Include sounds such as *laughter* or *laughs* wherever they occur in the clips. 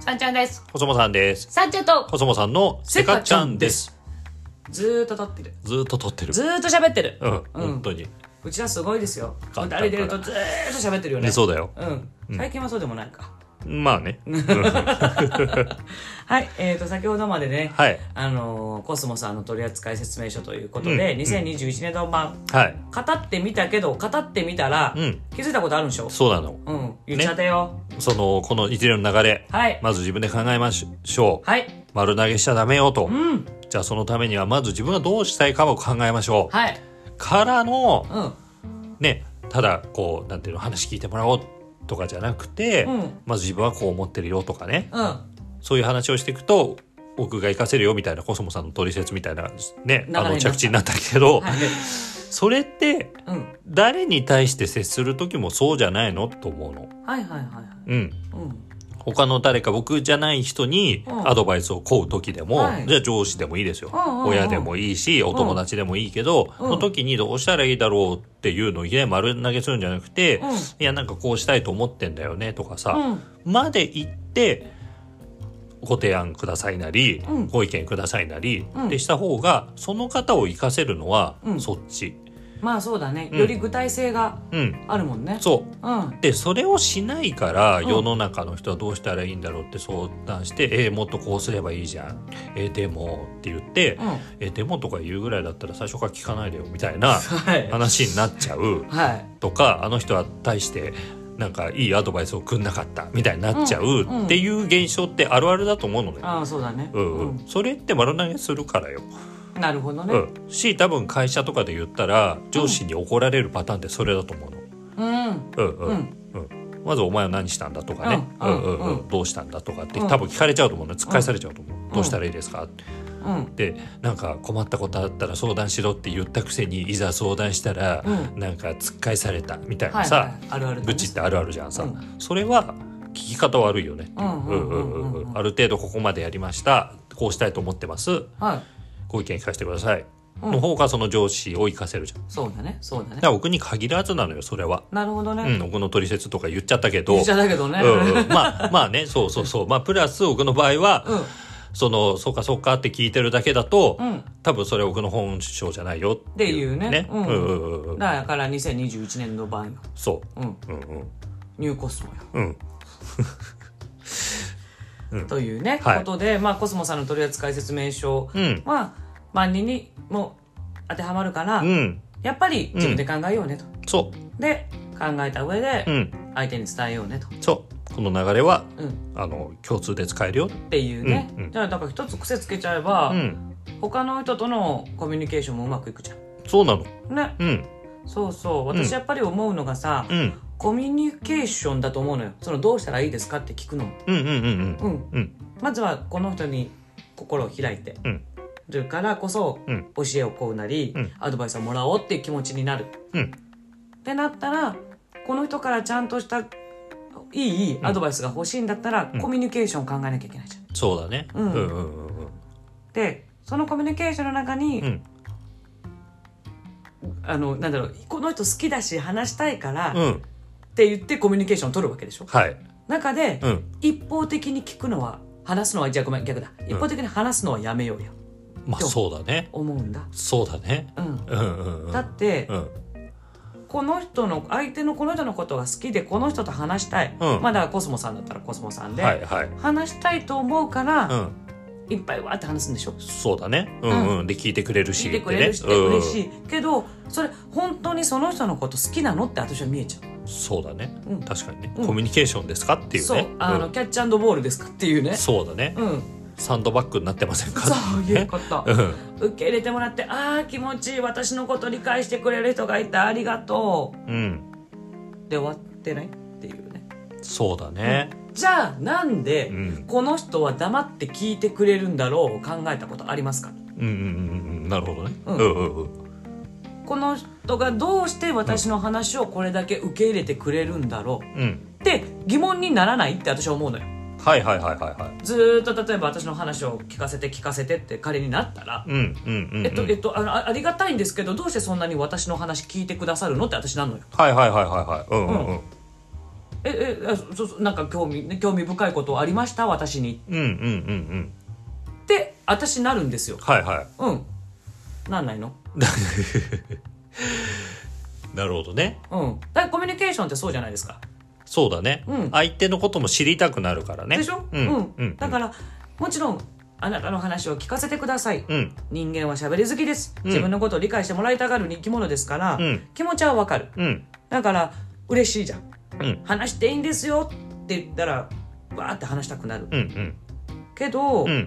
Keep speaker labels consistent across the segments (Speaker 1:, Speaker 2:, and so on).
Speaker 1: さんちゃんです
Speaker 2: 細間さんです。
Speaker 1: さんちゃんと
Speaker 2: 細間さんのセカちゃんです。
Speaker 1: ずーっと撮ってる
Speaker 2: ずーっと撮ってる。
Speaker 1: ずーっと喋ってる
Speaker 2: うん、本当に。
Speaker 1: うちはすごいですよ
Speaker 2: 簡単から
Speaker 1: 歩いてるとずーっと喋ってるよね
Speaker 2: ねそうだよ。
Speaker 1: うん最近はそうでもないか、
Speaker 2: まあね。
Speaker 1: はいえー、と先ほどまでね、
Speaker 2: はい
Speaker 1: あのーコスモさんの取扱説明書ということで、
Speaker 2: うん
Speaker 1: 2021年度版
Speaker 2: はい。
Speaker 1: 語ってみたけど語ってみたら、
Speaker 2: うん
Speaker 1: 気づいたことあるんでしょ
Speaker 2: そうなの。
Speaker 1: うん言っちゃってよ、
Speaker 2: その、この一連の流れ。
Speaker 1: はい
Speaker 2: まず自分で考えましょう。
Speaker 1: はい
Speaker 2: 丸投げしちゃダメよと。じゃあそのためには、まず自分はどうしたいかを考えましょう。
Speaker 1: はい
Speaker 2: からの、
Speaker 1: うん
Speaker 2: ね、ただ、こう、なんていうの、話聞いてもらおうとかじゃなくて、
Speaker 1: うん
Speaker 2: まず自分はこう思ってるよとかね。
Speaker 1: うん
Speaker 2: そういう話をしていくと、奥が活かせるよみたいな、コスモさんの取説みたいな、ね、あ
Speaker 1: 流れ
Speaker 2: の
Speaker 1: になった
Speaker 2: 着地になったけど、
Speaker 1: はい
Speaker 2: それって、
Speaker 1: うん
Speaker 2: 誰に対して接する時もそうじゃないのと思うの。
Speaker 1: はいはいはいはい
Speaker 2: うん。
Speaker 1: うん
Speaker 2: 他の誰か僕じゃない人に
Speaker 1: うん
Speaker 2: アドバイスを請う時でも、
Speaker 1: はい
Speaker 2: じゃあ上司でもいいですよ、
Speaker 1: うんうんうん
Speaker 2: 親でもいいしお友達でもいいけど、
Speaker 1: うん
Speaker 2: の時にどうしたらいいだろうっていうのをいきなり丸投げするんじゃなくて、
Speaker 1: うん
Speaker 2: いやなんかこうしたいと思ってんだよねとかさ、
Speaker 1: うん
Speaker 2: まで行ってご提案くださいなり、
Speaker 1: うん
Speaker 2: ご意見くださいなり
Speaker 1: うん
Speaker 2: ってした方がその方を活かせるのは
Speaker 1: うん
Speaker 2: そっち。
Speaker 1: まあそうだね
Speaker 2: うん
Speaker 1: より具体性が
Speaker 2: うん、
Speaker 1: あるもんね
Speaker 2: そう
Speaker 1: うん
Speaker 2: でそれをしないから
Speaker 1: ん
Speaker 2: 世の中の人はどうしたらいいんだろうって相談して「えーもっとこうすればいいじゃん」えーでも」って言って「
Speaker 1: うん
Speaker 2: えーでも」とか言うぐらいだったら最初から聞かないでよみたいな
Speaker 1: はい
Speaker 2: 話になっちゃう
Speaker 1: はい
Speaker 2: とかあの人は対してなんかいいアドバイスをくんなかったみたいになっちゃう
Speaker 1: うん
Speaker 2: っていう現象ってあるあるだと思うのね。
Speaker 1: ああそうだね
Speaker 2: うんうん、それって丸投げするからよ、
Speaker 1: うんなるほどね
Speaker 2: うん、し多分会社とかで言ったら上司に怒られるパターンってそれだと思うの。
Speaker 1: うん
Speaker 2: うんうん
Speaker 1: うん
Speaker 2: うん、まず「お前は何したんだ」とかね「
Speaker 1: う
Speaker 2: うん
Speaker 1: う
Speaker 2: んうんん
Speaker 1: う
Speaker 2: うんんどうしたんだ」とかって
Speaker 1: うん
Speaker 2: 多分聞かれちゃうと思うの突っ返されちゃうと思う、
Speaker 1: ん
Speaker 2: どうしたらいいですか?」
Speaker 1: うん
Speaker 2: でなんか困ったことあったら相談しろって言ったくせにいざ相談したら、
Speaker 1: う
Speaker 2: なんか突っ返されたみたい
Speaker 1: は
Speaker 2: ないさ、
Speaker 1: はいあるあるだね
Speaker 2: 愚痴ってあるあるじゃんさ、
Speaker 1: うん
Speaker 2: それは聞き方悪いよねっていううんうんうん
Speaker 1: うんうんうん
Speaker 2: うんある程度ここまでやりましたこうしたいと思ってます
Speaker 1: はい
Speaker 2: ご意見聞かせてください、
Speaker 1: うん
Speaker 2: の方がその上司を活かせるじゃんだ
Speaker 1: そうだねそうだね
Speaker 2: から僕に限らずなのよそれは。
Speaker 1: なるほど
Speaker 2: うん、
Speaker 1: ね
Speaker 2: 僕の取説とか言っちゃったけど
Speaker 1: *laughs* 愚痴だけどね
Speaker 2: うんうん、まあまあねそうそうそうまあプラス僕の場合は、
Speaker 1: うん
Speaker 2: そのそうかそうかって聞いてるだけだと、
Speaker 1: *laughs* うん
Speaker 2: 多分それ僕の本性じゃないよっていう
Speaker 1: っていうねうん
Speaker 2: うんうんうんうん
Speaker 1: だから2021年の版よ
Speaker 2: そ
Speaker 1: うん
Speaker 2: ううんうん
Speaker 1: ニューコスモよ
Speaker 2: うん
Speaker 1: というね、
Speaker 2: はい
Speaker 1: ことで、まあ、コスモさんの取扱説明書
Speaker 2: うん
Speaker 1: は万人にも当てはまるから、
Speaker 2: うん
Speaker 1: やっぱり自分で考えようねと。
Speaker 2: そ
Speaker 1: で考えた上
Speaker 2: うう
Speaker 1: で
Speaker 2: ん
Speaker 1: 相手に伝えようねと。
Speaker 2: そうこの流れは
Speaker 1: うん、
Speaker 2: あの共通で使えるよ
Speaker 1: っていうね、
Speaker 2: うんうん
Speaker 1: じゃあだから一つ癖つけちゃえば、
Speaker 2: うん
Speaker 1: 他の人とのコミュニケーションもうまくいくじゃ
Speaker 2: そうなの
Speaker 1: ん。ね
Speaker 2: うん
Speaker 1: そうそう
Speaker 2: うん
Speaker 1: 私やっぱり思うのがさ、
Speaker 2: うん
Speaker 1: コミュニケーションだと思うのよそのどうしたらいいですかって聞くの。
Speaker 2: うんうんうん
Speaker 1: うん
Speaker 2: うん
Speaker 1: まずはこの人に心を開いて
Speaker 2: うん
Speaker 1: るからこそ、
Speaker 2: うん
Speaker 1: 教えをこうなり、
Speaker 2: うん
Speaker 1: アドバイスをもらおうっていう気持ちになる
Speaker 2: うん
Speaker 1: ってなったらこの人からちゃんとしたいいアドバイスが欲しいんだったら、
Speaker 2: うん
Speaker 1: コミュニケーションを考えなきゃいけないじゃん。
Speaker 2: そうだね
Speaker 1: うん
Speaker 2: うんうんうん
Speaker 1: でそのコミュニケーションの中に、
Speaker 2: うん
Speaker 1: あのなんだろうこの人好きだし話したいから、っ
Speaker 2: うん
Speaker 1: て言ってコミュニケーションを取るわけでしょ。
Speaker 2: はい
Speaker 1: 中で、
Speaker 2: うん
Speaker 1: 一方的に聞くのは話すのはじゃあごめん逆だ一方的に話すのはやめようよ、
Speaker 2: まあそうだね
Speaker 1: 思うんだ。
Speaker 2: そうだね
Speaker 1: うん、
Speaker 2: うんうんうん
Speaker 1: だって、
Speaker 2: うん
Speaker 1: この人の相手のこの人のことが好きでこの人と話したい、
Speaker 2: うん
Speaker 1: まあだからコスモさんだったらコスモさんで、
Speaker 2: はいはい
Speaker 1: 話したいと思うから、
Speaker 2: うん
Speaker 1: いっぱいわーって話すんでしょ
Speaker 2: そうだね。うん
Speaker 1: う
Speaker 2: うん。で、聞いてくれるし。
Speaker 1: 聞いてくれるし
Speaker 2: ってね
Speaker 1: 嬉しい、けどそれ本当にその人のこと好きなのって私は見えちゃう
Speaker 2: うんそうだね
Speaker 1: うん。
Speaker 2: 確かにね。
Speaker 1: うん
Speaker 2: コミュニケーションですかっていうね。
Speaker 1: そうあの、
Speaker 2: ん
Speaker 1: キャッチアンドボールですかっていうね
Speaker 2: そうだね
Speaker 1: う。ん
Speaker 2: サンドバッグになってませんか
Speaker 1: そういうこと
Speaker 2: と。 *laughs* うん。
Speaker 1: 受け入れてもらってああ気持ちいい私のこと理解してくれる人がいたありがと
Speaker 2: うん。
Speaker 1: うで終わってないっていうね
Speaker 2: そうだね。
Speaker 1: じゃあなんで、
Speaker 2: うん
Speaker 1: この人は黙って聞いてくれるんだろうを考えたことありますか
Speaker 2: うんうんうんうん。なるほどね。
Speaker 1: う
Speaker 2: うんんうんうん。
Speaker 1: この人がどうして私の話をこれだけ受け入れてくれるんだろう
Speaker 2: うん。
Speaker 1: って疑問にならないって私は思うのよ
Speaker 2: はいはいはいはいはい。
Speaker 1: ずーっと例えば私の話を聞かせて聞かせてって彼になったら、
Speaker 2: うんうんうんうん。
Speaker 1: えっとえっとあのあありがたいんですけどどうしてそんなに私の話聞いてくださるのって私なんのよ
Speaker 2: はいはいはいはいはい。うんうんうん。
Speaker 1: ええあそそなんか興味ね興味深いことありました私に
Speaker 2: うんうんうんうん
Speaker 1: って私なるんですよ
Speaker 2: はいは
Speaker 1: うんなんないの
Speaker 2: いなるほどね
Speaker 1: うんだからコミュニケーションってそうじゃないですか
Speaker 2: そうだね、
Speaker 1: うん
Speaker 2: 相手のことも知りたくなるからね
Speaker 1: でしょう
Speaker 2: うんうんんうん
Speaker 1: だからもちろんあなたの話を聞かせてください、
Speaker 2: うん
Speaker 1: 人間は喋り好きです、
Speaker 2: ん
Speaker 1: 自分のことを理解してもらいたがる生き物ですから、
Speaker 2: うん
Speaker 1: 気持ちはわかる
Speaker 2: うん
Speaker 1: だから嬉しいじゃん
Speaker 2: うん
Speaker 1: 話していいんですよって言ったらわーって話したくなる
Speaker 2: うんうん
Speaker 1: けど、
Speaker 2: うん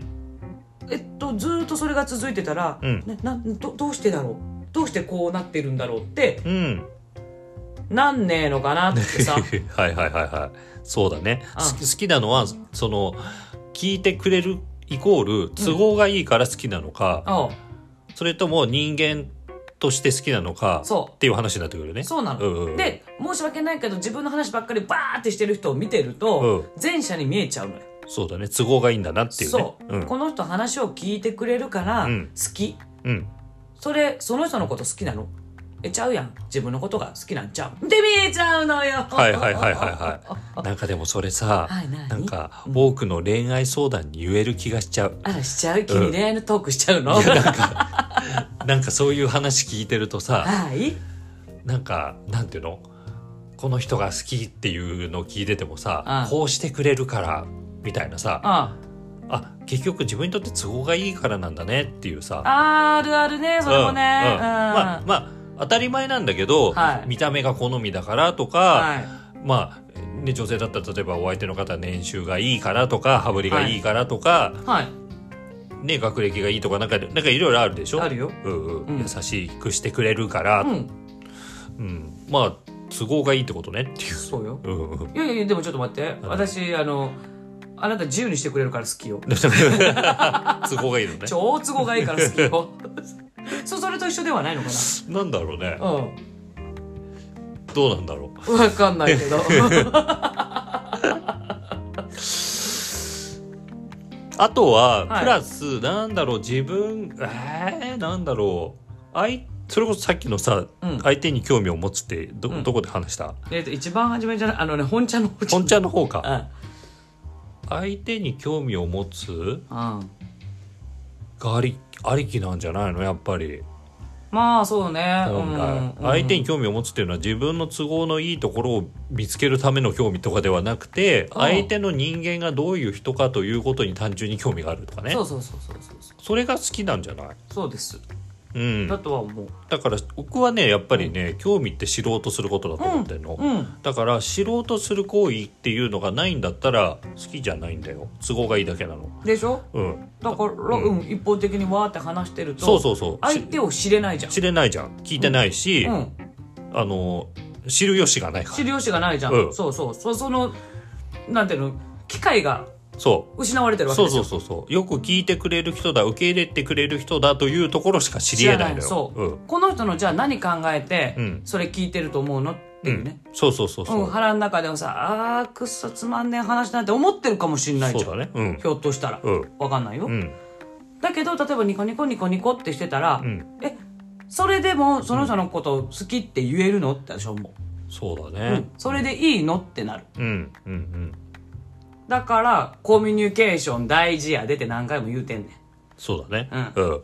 Speaker 1: えっと、ずーっとそれが続いてたら、
Speaker 2: うん
Speaker 1: ね、などどうしてだろうどうしてこうなってるんだろうって
Speaker 2: うん
Speaker 1: なんねえのかなってさ
Speaker 2: *laughs* はいはいはいはいそうだね
Speaker 1: うん
Speaker 2: 好き好きなのはその聞いてくれるイコール都合がいいから好きなのか、
Speaker 1: あ
Speaker 2: それとも人間として好きなのか
Speaker 1: そう
Speaker 2: っていう話になってくるよね
Speaker 1: そうなの、
Speaker 2: うんうんうん
Speaker 1: で申し訳ないけど自分の話ばっかりバーってしてる人を見てると、前者に見えちゃうのよ
Speaker 2: そうだね都合がいいんだなっていうね
Speaker 1: そう、
Speaker 2: うん
Speaker 1: この人話を聞いてくれるから
Speaker 2: うん
Speaker 1: 好き、
Speaker 2: うん
Speaker 1: それその人のこと好きなのえちゃうやん自分のことが好きなんちゃうで見えちゃうのよ
Speaker 2: はいはいはいはい
Speaker 1: *laughs*
Speaker 2: はいなんかでもそれさ、
Speaker 1: はい何
Speaker 2: なんか多くの恋愛相談に言える気がしちゃう
Speaker 1: *laughs* あらしちゃう君恋愛のトークしちゃうの、は
Speaker 2: なんかそういう話聞いてるとさ
Speaker 1: い
Speaker 2: なんかなんていうのこの人が好きっていうのを聞いててもさ、
Speaker 1: うん
Speaker 2: こうしてくれるからみたいなさ、
Speaker 1: あ
Speaker 2: あ結局自分にとって都合がいいからなんだねっていうさ
Speaker 1: あるあるねそれもね、
Speaker 2: うん
Speaker 1: うん
Speaker 2: うんまあまあ当たり前なんだけど、
Speaker 1: はい
Speaker 2: 見た目が好みだからとか、
Speaker 1: は
Speaker 2: まあ、ね、女性だったら例えばお相手の方は年収がいいからとか羽振りがいいからとか、
Speaker 1: い、はい、
Speaker 2: ね、学歴がいいとかなんかなんかいろいろあるでしょ
Speaker 1: あるよ、
Speaker 2: うんうん
Speaker 1: うん
Speaker 2: 優しくしてくれるから、
Speaker 1: う
Speaker 2: うん
Speaker 1: ん、
Speaker 2: まあ都合がいいってことねっていう。
Speaker 1: そうよ
Speaker 2: うんうんうん
Speaker 1: いやいやでもちょっと待って私あのあなた自由にしてくれるから好きよ
Speaker 2: 都合がいいのね。
Speaker 1: 超都合がいいから好き
Speaker 2: *laughs*
Speaker 1: よそうそれと一緒ではないのか
Speaker 2: なんだろうね
Speaker 1: な。うん
Speaker 2: どうなんだろう。
Speaker 1: わかんないけ
Speaker 2: *laughs*
Speaker 1: ど。
Speaker 2: あとは、
Speaker 1: はい
Speaker 2: プラスなんだろう自分えー、なんだろうあいそれこそさっきのさ、
Speaker 1: うん
Speaker 2: 相手に興味を持つってど,、
Speaker 1: うん
Speaker 2: どこで話した
Speaker 1: えっと、一番初めじゃない、あのね、本茶の
Speaker 2: 本
Speaker 1: ゃ。
Speaker 2: 茶の方
Speaker 1: う
Speaker 2: か相手に興味を持つ
Speaker 1: ん。うん。
Speaker 2: がありありきなんじゃないのやっぱり
Speaker 1: まあ、そうね。
Speaker 2: 本来
Speaker 1: うん
Speaker 2: 相手に興味を持つっていうのは自分の都合のいいところを見つけるための興味とかではなくて
Speaker 1: うん
Speaker 2: 相手の人間がどういう人かということに単純に興味があるとかね
Speaker 1: そうそうそうそうそうそう。
Speaker 2: それが好きなんじゃない
Speaker 1: そうです。
Speaker 2: うん
Speaker 1: だとは思う。
Speaker 2: だから僕はねやっぱりね、興味って知ろうとすることだと思ってるの、
Speaker 1: うん。
Speaker 2: だから知ろうとする行為っていうのがないんだったら好きじゃないんだよ都合がいいだけなの
Speaker 1: でしょ
Speaker 2: うん
Speaker 1: だから、うん、一方的にわーって話してると。
Speaker 2: そうそうそう
Speaker 1: 相手を知れないじゃん
Speaker 2: 知。れないじゃん聞いてないし、
Speaker 1: うん。
Speaker 2: あの知る由がないか
Speaker 1: 知
Speaker 2: ら
Speaker 1: る由がないじゃ
Speaker 2: うん
Speaker 1: ん。そうそう。そ、その、なんていうの、機会が
Speaker 2: そ
Speaker 1: 失われてる
Speaker 2: う
Speaker 1: わけ
Speaker 2: そ
Speaker 1: で
Speaker 2: う
Speaker 1: す
Speaker 2: そ
Speaker 1: よ
Speaker 2: う。そうそうよく聞いてくれる人だ受け入れてくれる人だというところしか知り得ないの
Speaker 1: 知
Speaker 2: よ
Speaker 1: らそう、
Speaker 2: うん
Speaker 1: この人のじゃあ何考えて、
Speaker 2: うん
Speaker 1: それ聞いてると思うのっていうね、
Speaker 2: そうそうそうそう、
Speaker 1: うん、腹の中でもさあーくっそつまんねえ話なんて思ってるかもしんないじゃん
Speaker 2: そうだねうん
Speaker 1: ひょっとしたら、
Speaker 2: うん
Speaker 1: わかんないよ、
Speaker 2: うん
Speaker 1: だけど例えばニコニコニコニコってしてたら、
Speaker 2: ん
Speaker 1: えそれでもその人のこと好きって言えるのって私は思
Speaker 2: そうだ
Speaker 1: う、う
Speaker 2: ね
Speaker 1: ん、それでいいのってなる
Speaker 2: うんうんうん
Speaker 1: だからコミュニケーション大事やでって何回も言うてんね
Speaker 2: そうだね。
Speaker 1: う
Speaker 2: うん。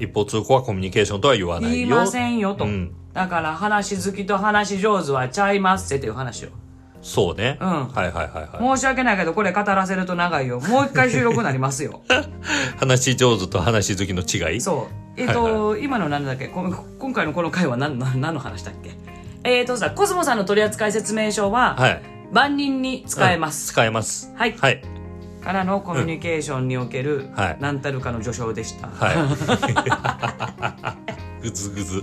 Speaker 2: 一方通行はコミュニケーションとは言わ
Speaker 1: ん
Speaker 2: ない
Speaker 1: 言
Speaker 2: よ。
Speaker 1: いませんよと、
Speaker 2: うん
Speaker 1: だから話好きと話上手はちゃいますっていう話を
Speaker 2: そうね。
Speaker 1: うん
Speaker 2: はいはいはいは
Speaker 1: 申し訳ないけどこれ語らせると長いよもう一回収録になりますよ
Speaker 2: い。話上手と話好きの違い
Speaker 1: そうえっ、と、今の何だっけこの今回のこの回は何何何の話だっけえっ、とさコスモさんの取扱説明書は、
Speaker 2: はい。
Speaker 1: 万人に使えます、
Speaker 2: 使えます。
Speaker 1: はい
Speaker 2: はい。
Speaker 1: からのコミュニケーションにおける
Speaker 2: はい
Speaker 1: 何たるかの序章でした、 *laughs*
Speaker 2: *laughs* はい。ぐずぐず。